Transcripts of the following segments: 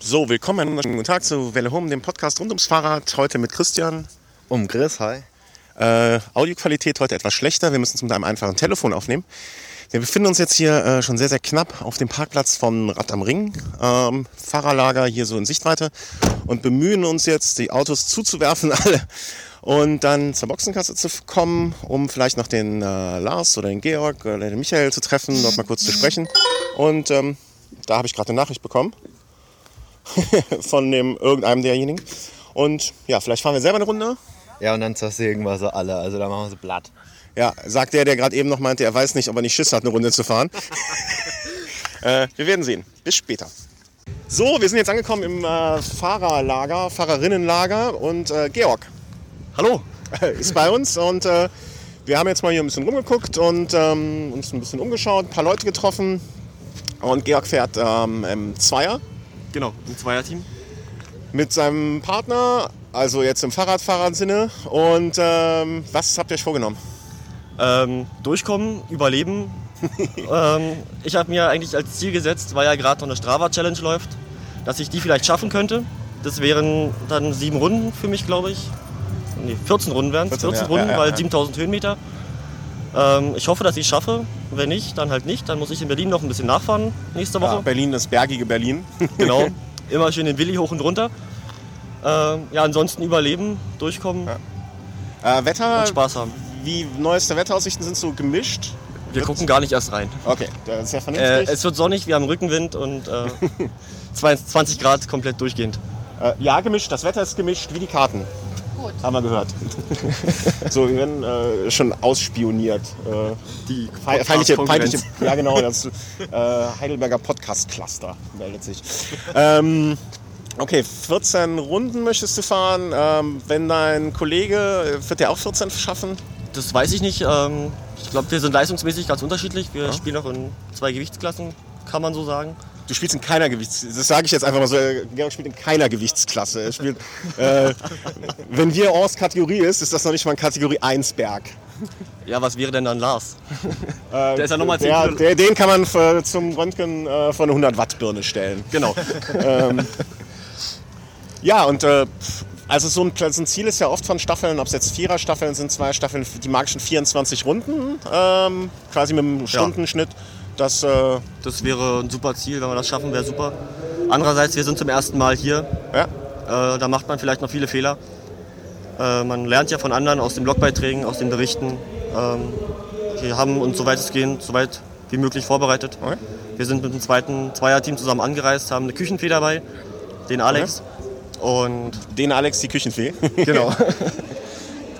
So, willkommen. Schönen Guten Tag zu Welle Home, dem Podcast rund ums Fahrrad. Heute mit Christian. Um Chris, hi. Äh, Audioqualität heute etwas schlechter. Wir müssen es mit einem einfachen Telefon aufnehmen. Wir befinden uns jetzt hier äh, schon sehr, sehr knapp auf dem Parkplatz vom Rad am Ring. Ähm, Fahrerlager hier so in Sichtweite und bemühen uns jetzt, die Autos zuzuwerfen, alle. Und dann zur Boxenkasse zu kommen, um vielleicht noch den äh, Lars oder den Georg oder den Michael zu treffen, dort mal kurz zu sprechen. Und ähm, da habe ich gerade eine Nachricht bekommen von dem irgendeinem derjenigen. Und ja, vielleicht fahren wir selber eine Runde. Ja, und dann zersägen wir sie alle. Also da machen wir sie platt. Ja, sagt der, der gerade eben noch meinte, er weiß nicht, ob er nicht Schiss hat, eine Runde zu fahren. äh, wir werden sehen. Bis später. So, wir sind jetzt angekommen im äh, Fahrerlager, Fahrerinnenlager und äh, Georg Hallo. ist bei uns und äh, wir haben jetzt mal hier ein bisschen rumgeguckt und ähm, uns ein bisschen umgeschaut, ein paar Leute getroffen und Georg fährt ähm, im Zweier Genau, ein Zweierteam. mit seinem Partner, also jetzt im Fahrradfahrersinne und ähm, was habt ihr euch vorgenommen? Ähm, durchkommen, überleben. ähm, ich habe mir eigentlich als Ziel gesetzt, weil ja gerade noch eine Strava-Challenge läuft, dass ich die vielleicht schaffen könnte. Das wären dann sieben Runden für mich, glaube ich. Nee, 14 Runden wären es. 14, 14, ja, Runden, ja, ja, weil ja. 7000 Höhenmeter. Ähm, ich hoffe, dass ich es schaffe. Wenn nicht, dann halt nicht. Dann muss ich in Berlin noch ein bisschen nachfahren nächste Woche. Ja, Berlin, das bergige Berlin. Genau. Immer schön den Willi hoch und runter. Ähm, ja, ansonsten überleben, durchkommen Äh, Wetter, und Spaß haben. wie neueste Wetteraussichten sind so gemischt? Wir gucken gar nicht erst rein. Okay, das ist ja Äh, vernünftig. es wird sonnig, wir haben Rückenwind und äh, 20 Grad komplett durchgehend. Äh, ja, gemischt. Das Wetter ist gemischt wie die Karten. Gut. Haben wir gehört. so, wir werden äh, schon ausspioniert. Äh, Die fei- feindliche, feindliche, Podcast-Konkurrenz. ja genau, das äh, Heidelberger Podcast Cluster meldet sich. ähm, okay, 14 Runden möchtest du fahren. Ähm, wenn dein Kollege, äh, wird der auch 14 schaffen? Das weiß ich nicht. Ähm, ich glaube, wir sind leistungsmäßig ganz unterschiedlich. Wir spielen auch in zwei Gewichtsklassen, kann man so sagen. Du spielst in keiner Gewichts... Das sage ich jetzt einfach mal so. äh, Georg spielt in keiner Gewichtsklasse. Er spielt, äh, wenn wir Ors Kategorie ist, ist das noch nicht mal ein Kategorie 1 Berg. Ja, was wäre denn dann Lars? Äh, Der ist ja noch mal zehn der, Kilo- der, Den kann man für, zum Röntgen äh, von eine 100-Watt-Birne stellen. Ähm, Genau. Ja, und äh, pf, also so ein, so ein Ziel ist ja oft von Staffeln, ob es jetzt Vierer-Staffeln sind, zwei Staffeln, die magischen 24 Runden, ähm, quasi mit einem Stundenschnitt. Das, äh, ja, Das wäre ein super Ziel, wenn wir das schaffen, wäre super. Andererseits, wir sind zum ersten Mal hier. Äh, da macht man vielleicht noch viele Fehler. Äh, man lernt ja von anderen aus den Blogbeiträgen, aus den Berichten. Ähm, wir haben uns, soweit es geht, soweit wie möglich vorbereitet. Okay. Wir sind mit dem zweiten Zweierteam zusammen angereist, haben eine Küchenfee dabei, den Alex. Und den Alex, die Küchenfee. genau.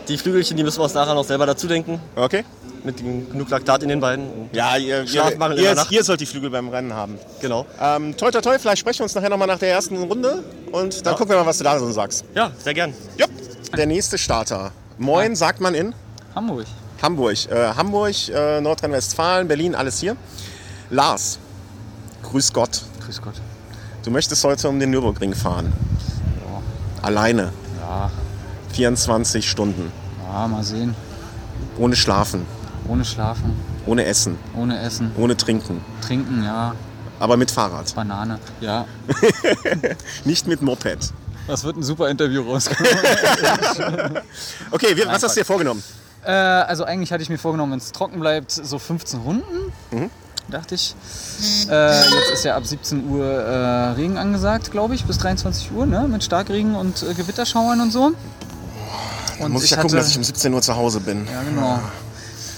die Flügelchen, die müssen wir uns nachher noch selber dazu denken, okay. mit dem- genug Laktat in den Beinen. Ja, ihr, Schlaf machen ihr, in der ihr, Nacht. ihr sollt die Flügel beim Rennen haben. Genau. Ähm, toi, toi, toi, vielleicht sprechen wir uns nachher nochmal nach der ersten Runde und dann gucken wir mal, was du da so sagst. Ja, sehr gern. Jupp. Der nächste Starter. Moin, sagt man in Hamburg. Hamburg. Äh, Hamburg, äh, Nordrhein-Westfalen, Berlin, alles hier. Lars, grüß Gott. Grüß Gott. Du möchtest heute um den Nürburgring fahren. Alleine. Ja, 24 Stunden. ja, mal sehen. Ohne Schlafen, Ohne Schlafen, ohne Essen, ohne Essen, ohne Trinken. trinken, ja, Aber mit Fahrrad. Banane, ja. Nicht mit Moped. Das wird ein super Interview rauskommen. Okay, wir, was hast du dir vorgenommen? äh, also eigentlich hatte ich mir vorgenommen, wenn es trocken bleibt, so 15 Runden, dachte ich. Äh, jetzt ist ja ab 17 Uhr äh, Regen angesagt, glaube ich, bis 23 Uhr, ne? Mit Starkregen und äh, Gewitterschauern und so. Und Muss ich, ja gucken, dass ich um 17 Uhr zu Hause bin. Ja, genau.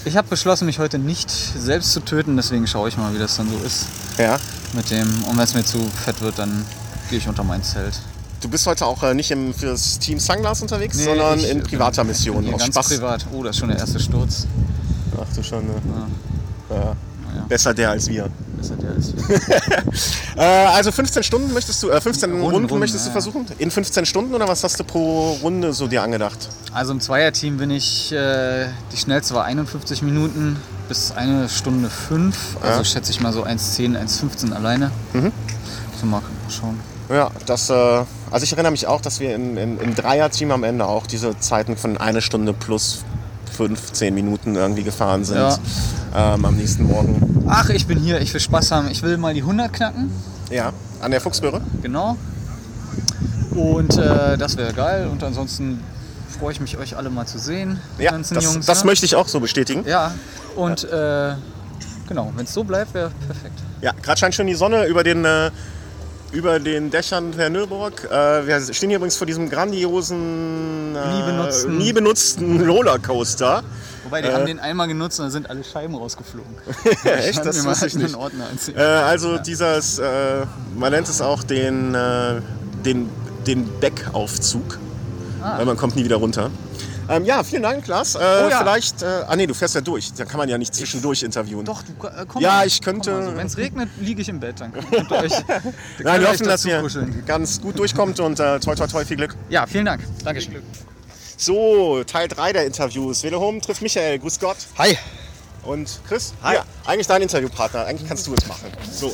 Ich habe beschlossen, mich heute nicht selbst zu töten, deswegen schaue ich mal, wie das dann so ist. Ja. mit dem. Und wenn es mir zu fett wird, dann gehe ich unter mein Zelt. Du bist heute auch äh, nicht im, fürs Team Sunglass unterwegs, Nee, sondern ich äh, in äh, bin- privater Mission. Nee, Aus ganz Spaß. privat. Oh, das ist schon der erste Sturz. Ach du Schande. Ja. Ah. Ja. Besser der als wir. Besser der als Äh, also 15 Stunden möchtest du, äh, 15 Runden, Runden, möchtest du ja. versuchen? In 15 Stunden oder was hast du pro Runde so dir angedacht? Also im Zweierteam bin ich, äh, die schnellste war 51 Minuten bis eine Stunde fünf. Also Ja. Mhm. schätze ich mal so 1,10, 1,15 alleine. So mal schauen. Ja, das, äh, also ich erinnere mich auch, dass wir in, in, im Dreier-Team am Ende auch diese Zeiten von einer Stunde plus 15 Minuten irgendwie gefahren sind Ja. ähm, am nächsten Morgen. Ach, ich bin hier, ich will Spaß haben. Ich will mal die 100 knacken. Ja, an der Fuchsbüre. Genau. Und äh, das wäre geil. Und ansonsten freue ich mich, euch alle mal zu sehen. die Ja, ganzen das, Jungs, das ne? möchte ich auch so bestätigen. Ja, und äh, genau, wenn es so bleibt, wäre perfekt. Ja, gerade scheint schon die Sonne über den, äh, über den Dächern der Nürburg. Äh, wir stehen hier übrigens vor diesem grandiosen, äh, Nie benutzten- nie benutzten Rollercoaster. Wobei, die haben den einmal genutzt und dann sind alle Scheiben rausgeflogen. Echt? Das mal wusste ich nicht. halt Ordner erzählt. Äh, also dieses, äh, man nennt es auch den, äh, den, den Beckaufzug, Ah. weil man kommt nie wieder runter. Ähm, ja, vielen Dank, Klaas. Äh, Oh ja. Vielleicht, äh, ah nee, du fährst ja durch, da kann man ja nicht zwischendurch interviewen. Doch, du ko- äh, komm Ja, mal, ich könnte- komm mal so. Wenn es regnet, liege ich im Bett. Dann könnt ihr euch, Nein, könnt wir ihr hoffen, euch dass dazu ihr kuscheln. ganz gut durchkommt und äh, toi toi toi viel Glück. Ja, vielen Dank. Dankeschön. So, Teil 3 der Interviews. Velehom trifft Michael, grüß Gott. Hi. Und Chris? Hi. Ja, eigentlich dein Interviewpartner, eigentlich kannst du es machen. So,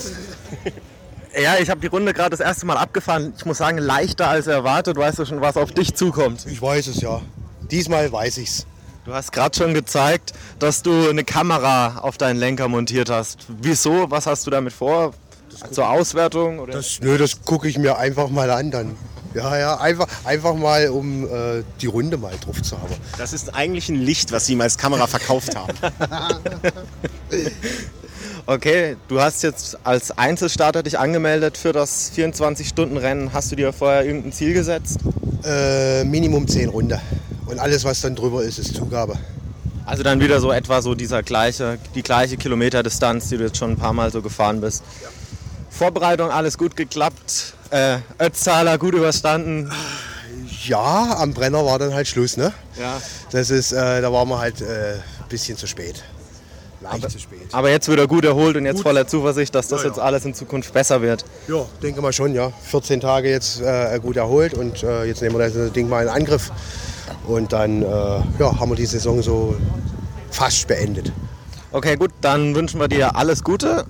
Ja, ich habe die Runde gerade das erste Mal abgefahren. Ich muss sagen, leichter als erwartet. Weißt du schon, was auf dich zukommt? Ich weiß es ja. Diesmal weiß ich's. Du hast gerade schon gezeigt, dass du eine Kamera auf deinen Lenker montiert hast. Wieso? Was hast du damit vor? Zur Auswertung? Oder? Das, nö, das gucke ich mir einfach mal an dann. Ja, ja, einfach, einfach mal, um äh, die Runde mal drauf zu haben. das ist eigentlich ein Licht, was sie ihm als Kamera verkauft haben. Okay, du hast jetzt als Einzelstarter dich angemeldet für das 24-Stunden-Rennen. Hast du dir vorher irgendein Ziel gesetzt? Äh, Minimum 10 Runde. Und alles, was dann drüber ist, ist Zugabe. Also dann wieder so etwa so dieser gleiche, die gleiche Kilometerdistanz, die du jetzt schon ein paar Mal so gefahren bist. Vorbereitung, alles gut geklappt. Äh, Ötztaler gut überstanden. Ja, am Brenner war dann halt Schluss, ne? Ja. Das ist, äh, da waren wir halt äh, ein bisschen zu spät. Leicht zu spät. Aber jetzt wieder gut erholt und jetzt voller Zuversicht, dass das jetzt alles in Zukunft besser wird. Ja, denke mal schon, ja. 14 Tage jetzt äh, gut erholt und äh, jetzt nehmen wir das Ding mal in Angriff. Und dann äh, ja, haben wir die Saison so fast beendet. Okay, gut, dann wünschen wir dir alles Gute.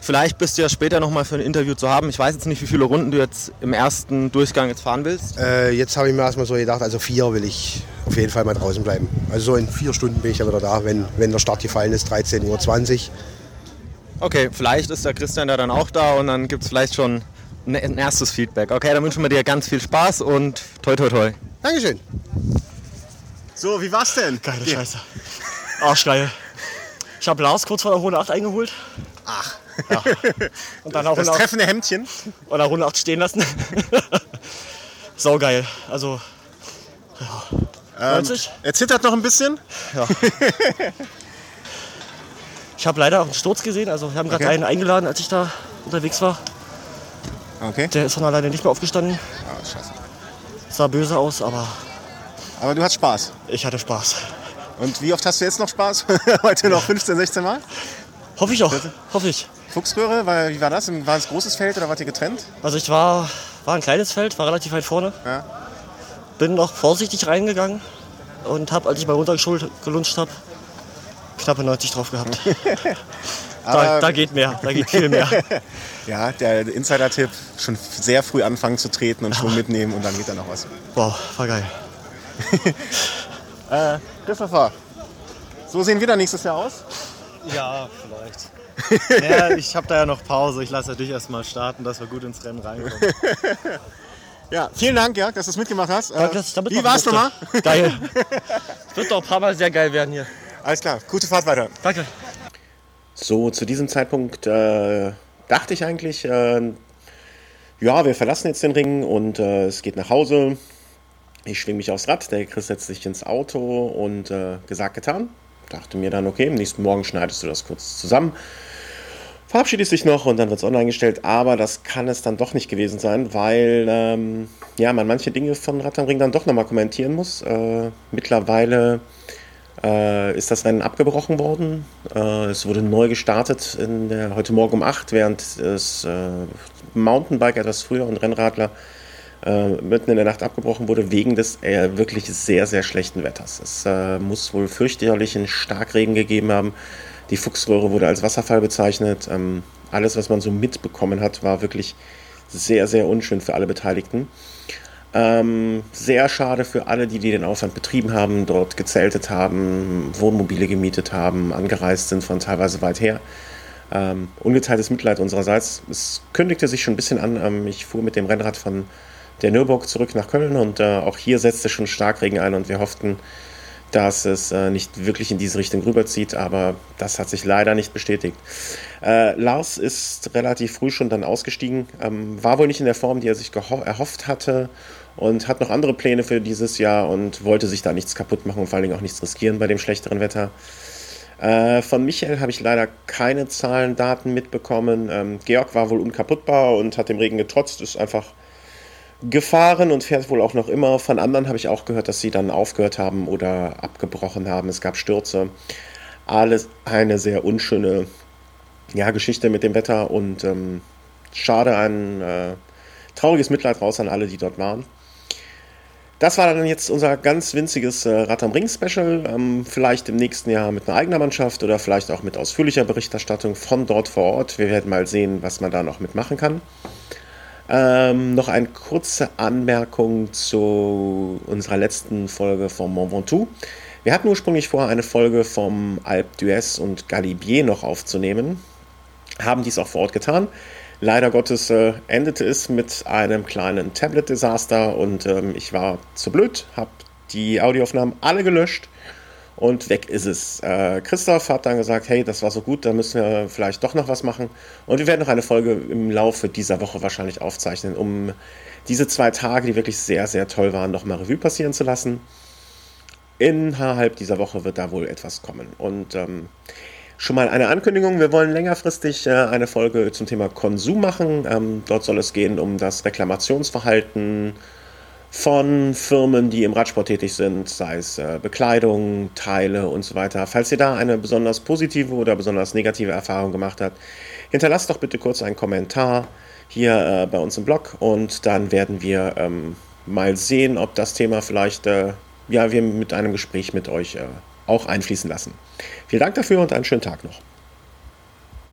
Vielleicht bist du ja später nochmal für ein Interview zu haben. Ich weiß jetzt nicht, wie viele Runden du jetzt im ersten Durchgang jetzt fahren willst. Äh, jetzt habe ich mir erstmal so gedacht, also vier will ich auf jeden Fall mal draußen bleiben. Also so in vier Stunden bin ich ja wieder da, wenn, wenn der Start gefallen ist, 13.20 Uhr. Okay, vielleicht ist der Christian ja dann auch da und dann gibt es vielleicht schon ein, ein erstes Feedback. Okay, dann wünschen wir dir ganz viel Spaß und toi toi toi. Dankeschön. So, wie war's denn? Geile Scheiße. Arschgeil. Ich habe Lars kurz vor der Runde 8 eingeholt. Ach. Ja. Und dann auch Das Runde 8, treffende Hemdchen. oder Runde 8 stehen lassen. Saugeil. Also. Ja. 90. Ähm, Er zittert noch ein bisschen. Ich habe leider einen Sturz gesehen. Also, wir haben gerade Okay. einen eingeladen, als ich da unterwegs war. Okay. Der ist von alleine nicht mehr aufgestanden. Ah, scheiße. Sah böse aus, aber Aber du hast Spaß. ich hatte Spaß. Und wie oft hast du jetzt noch Spaß? Heute noch 15, 16 Mal? Hoffe ich auch. Hoffe ich. Fuchsröhre, weil, wie war das? War es großes Feld oder wart ihr getrennt? Also ich war, war ein kleines Feld, war relativ weit vorne. Ja. Bin noch vorsichtig reingegangen und habe, als ich mal runtergelunscht habe, knappe 90 drauf gehabt. da, Aber- da geht mehr, da geht viel mehr. Ja, der Insider-Tipp, schon f- sehr früh anfangen zu treten und schon mitnehmen und dann geht da noch was. wow, war geil. Christopher, so sehen wir dann nächstes Jahr aus. Ja, vielleicht. Naja, ich habe da ja noch Pause. Ich lasse ja dich erstmal starten, dass wir gut ins Rennen reinkommen. Ja, vielen Dank, Jörg, dass du es mitgemacht hast. Äh, Danke, dass ich da wie mitmachen war's nochmal? durfte. Geil. Wird doch ein paar Mal sehr geil werden hier. Alles klar, gute Fahrt weiter. Danke. So, zu diesem Zeitpunkt äh, dachte ich eigentlich, äh, ja, wir verlassen jetzt den Ring und äh, es geht nach Hause. Ich schwinge mich aufs Rad, der Chris setzt sich ins Auto und äh, gesagt, getan. Dachte mir dann, okay, am nächsten Morgen schneidest du das kurz zusammen. Verabschiedest dich noch und dann wird es online gestellt, aber das kann es dann doch nicht gewesen sein, weil ähm, ja, man manche Dinge von Rad am Ring dann doch nochmal kommentieren muss. Äh, mittlerweile äh, ist das Rennen abgebrochen worden. Äh, es wurde neu gestartet in der, heute Morgen um 8, während das äh, Mountainbike etwas früher und Rennradler äh, mitten in der Nacht abgebrochen wurde, wegen des äh, wirklich sehr, sehr schlechten Wetters. Es äh, muss wohl fürchterlichen Starkregen gegeben haben. Die Fuchsröhre wurde als Wasserfall bezeichnet. Ähm, alles, was man so mitbekommen hat, war wirklich sehr, sehr unschön für alle Beteiligten. Ähm, sehr schade für alle, die, die den Aufwand betrieben haben, dort gezeltet haben, Wohnmobile gemietet haben, angereist sind von teilweise weit her. Ähm, ungeteiltes Mitleid unsererseits. Es kündigte sich schon ein bisschen an. Ähm, ich fuhr mit dem Rennrad von der Nürburg zurück nach Köln und äh, auch hier setzte schon Starkregen ein und wir hofften, dass es äh, nicht wirklich in diese Richtung rüberzieht, aber das hat sich leider nicht bestätigt. Äh, Lars ist relativ früh schon dann ausgestiegen, ähm, war wohl nicht in der Form, die er sich geho- erhofft hatte und hat noch andere Pläne für dieses Jahr und wollte sich da nichts kaputt machen und vor allen Dingen auch nichts riskieren bei dem schlechteren Wetter. Äh, von Michael habe ich leider keine Zahlen, Daten mitbekommen. Ähm, Georg war wohl unkaputtbar und hat dem Regen getrotzt, ist einfach gefahren und fährt wohl auch noch immer. Von anderen habe ich auch gehört, dass sie dann aufgehört haben oder abgebrochen haben. Es gab Stürze. Alles eine sehr unschöne ja, Geschichte mit dem Wetter und ähm, schade, ein äh, trauriges Mitleid raus an alle, die dort waren. Das war dann jetzt unser ganz winziges äh, Rad am Ring Special. Ähm, vielleicht im nächsten Jahr mit einer eigenen Mannschaft oder vielleicht auch mit ausführlicher Berichterstattung von dort vor Ort. Wir werden mal sehen, was man da noch mitmachen kann. Ähm, noch eine kurze Anmerkung zu unserer letzten Folge vom Mont Ventoux. Wir hatten ursprünglich vor, eine Folge vom Alpe d'Huez und Galibier noch aufzunehmen, haben dies auch vor Ort getan. Leider Gottes äh, endete es mit einem kleinen Tablet-Desaster und ähm, ich war zu blöd, habe die Audioaufnahmen alle gelöscht und weg ist es. Äh, Christoph hat dann gesagt, hey, das war so gut, da müssen wir vielleicht doch noch was machen. Und wir werden noch eine Folge im Laufe dieser Woche wahrscheinlich aufzeichnen, um diese zwei Tage, die wirklich sehr, sehr toll waren, nochmal Revue passieren zu lassen. Innerhalb dieser Woche wird da wohl etwas kommen. Und ähm, schon mal eine Ankündigung, wir wollen längerfristig äh, eine Folge zum Thema Konsum machen. Ähm, dort soll es gehen um das Reklamationsverhalten, von Firmen, die im Radsport tätig sind, sei es äh, Bekleidung, Teile und so weiter. Falls ihr da eine besonders positive oder besonders negative Erfahrung gemacht habt, hinterlasst doch bitte kurz einen Kommentar hier äh, bei uns im Blog und dann werden wir ähm, mal sehen, ob das Thema vielleicht, äh, ja, wir mit einem Gespräch mit euch äh, auch einfließen lassen. Vielen Dank dafür und einen schönen Tag noch.